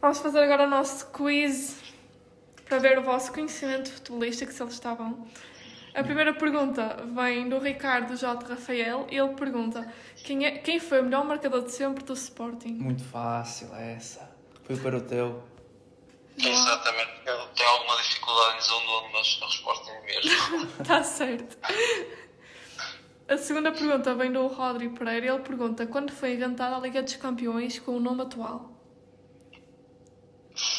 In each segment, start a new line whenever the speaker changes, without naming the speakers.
Vamos fazer agora o nosso quiz para ver o vosso conhecimento futebolístico, se eles está bom. A primeira pergunta vem do Ricardo J. Rafael e ele pergunta quem, é, quem foi o melhor marcador de sempre do Sporting?
Muito fácil essa. Foi para o teu.
João,
Exatamente. Eu tenho alguma dificuldade em dizer o nome, mas a resposta é mesmo.
está Tá certo. A segunda pergunta vem do Rodri Pereira e ele pergunta quando foi inventada a Liga dos Campeões com o nome atual?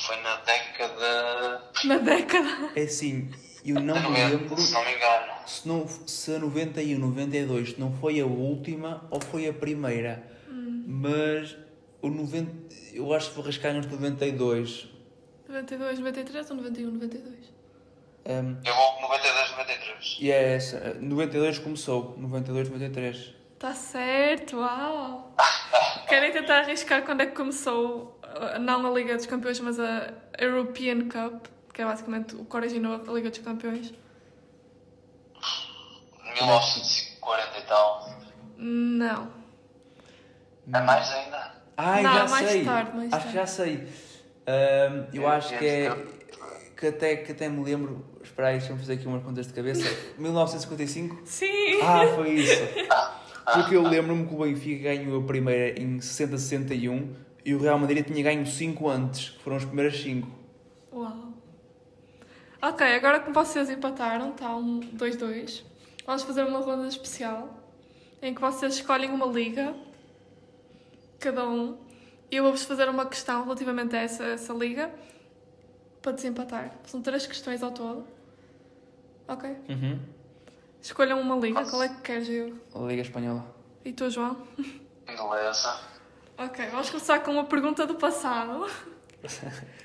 Foi na década.
Na década.
É assim, eu não me
90,
lembro
se não me engano.
se, não, se a 91, 92 não foi a última ou foi a primeira.
Hum.
Mas o 90, eu acho que vou rascar nos 92.
92, 93 ou 91, 92?
Ahm,
Eu vou com 92, 93.
Hum, e é essa. 92 começou, 92, 93.
Está Tá certo, uau! Querem tentar arriscar quando é que começou, uh, não a Liga dos Campeões, mas a European Cup, que é basicamente o que originou a Liga dos Campeões?
1940 e tal.
Não.
É
Hum.
mais ainda?
Ai,
Não,
já
mais
sei.
tarde, mais
acho
tarde.
que já sei. Ahm, eu
Eu
acho que é.
penso
Que até, que até me lembro. Espera aí, deixa-me fazer aqui umas contas de cabeça. 1955?
Sim!
Ah, foi isso. Porque eu lembro-me que o Benfica ganhou a primeira em 60-61 e o Real Madrid tinha ganho 5 antes, que foram as primeiras 5.
Uau! Ok, agora que vocês empataram, está um 2-2, vamos fazer uma ronda especial em que vocês escolhem uma liga, cada um, e eu vou-vos fazer uma questão relativamente a essa, essa liga para desempatar. São três questões ao todo. Ok?
Uhum.
Escolham uma liga, qual é que queres, Diego?
Liga Espanhola.
E tu, João?
Inglesa.
Ok, vamos começar com uma pergunta do passado.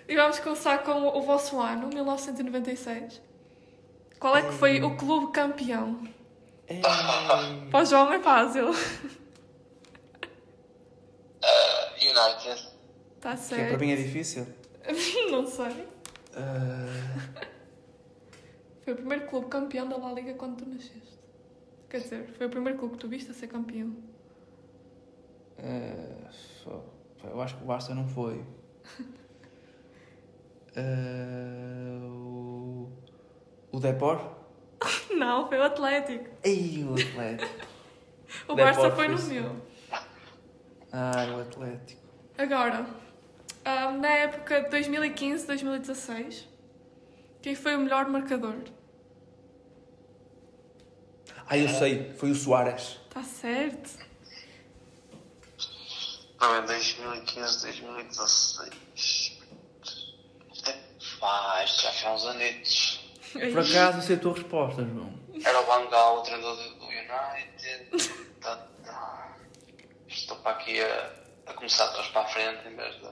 e vamos começar com o vosso ano, 1996. Qual é que foi
Hum.
o clube campeão?
Ei,
Para o João é fácil.
United.
Está
que é, para
certo.
mim é difícil.
Não sei.
Ah,
Foi o primeiro clube campeão da La Liga quando tu nasceste. Quer dizer, foi o primeiro clube que tu viste a ser campeão.
ah, fo- eu acho que o Barça não foi. Ah, o, o Depor?
Não, foi o Atlético.
Ei, o Atlético.
O
Depor
Barça foi no
foi
meu.
Ai, Ah, o Atlético.
Agora, ah, na época de 2015-2016, quem foi o melhor marcador?
Ai, Ah, eu sei, foi o Soares.
Está Tá certo.
Não, em 2015, 2016. É, Pá, isto já foi há uns anitos.
É
Por
isso.
acaso, sei a tua resposta, João.
Era o Bangal, o treinador do do United. Tá, tá. Estou para aqui a, a começar atrás para a frente em vez de.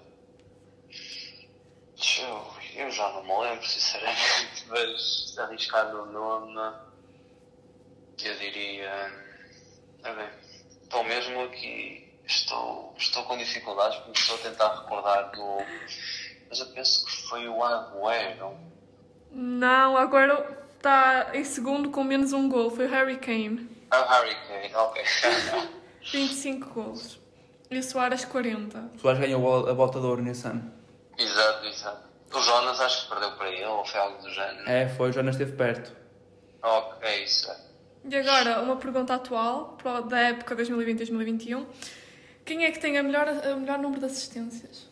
Eu, eu já não me lembro, sinceramente, mas se arriscar no nome, eu diria. ah, bem, estou mesmo aqui. Estou, estou com dificuldades porque estou a tentar recordar do. Mas eu penso que foi o Agüero.
Não, agora está em segundo com menos um gol. Foi o Harry Kane.
Ah, Harry Kane, ok.
25 gols. E o Soares 40.
O Soares ganhou a bola- a volta de ouro nesse ano.
Exato, exato. O Jonas acho que perdeu para ele, ou foi algo do género.
É, foi, o Jonas esteve perto.
Ok, é isso. é.
E agora, uma pergunta atual, pro- da época 2020-2021. Quem é que tem o melhor, a melhor número de assistências?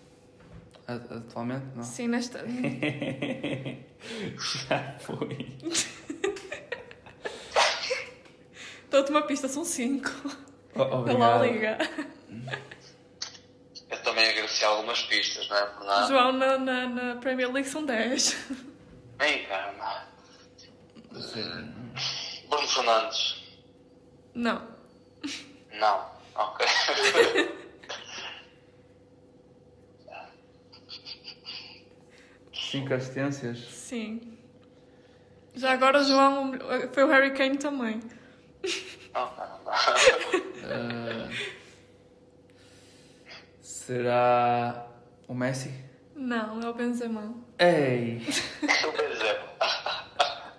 A- Atualmente, não.
Sim, nesta.
Já foi.
Dou-te uma pista, são 5.
O-
Da La
Oh, Obrigado.
Liga.
Eu também agradeci algumas pistas, não é por nada.
João, na, na, na Premier League são 10.
Ei, caramba.
Sim.
Bruno Fernandes.
Não.
Não. Ok.
Cinco assistências.
Sim. Já agora, o João foi o Harry Kane também.
oh,
Ah,
caramba.
será o Messi?
Não, é o Benzema.
Ei!
O Benzema.
Tá,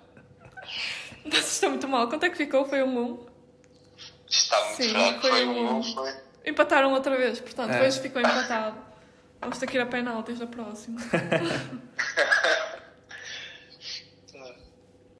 um? Vocês estão muito mal. Quanto é que ficou? Foi um 1?
está muito
Sim,
fraco.
foi
Foi
um-
um gol, foi.
Empataram outra vez, portanto,
É.
hoje ficou empatado. Vamos ter que ir a penaltis da próxima.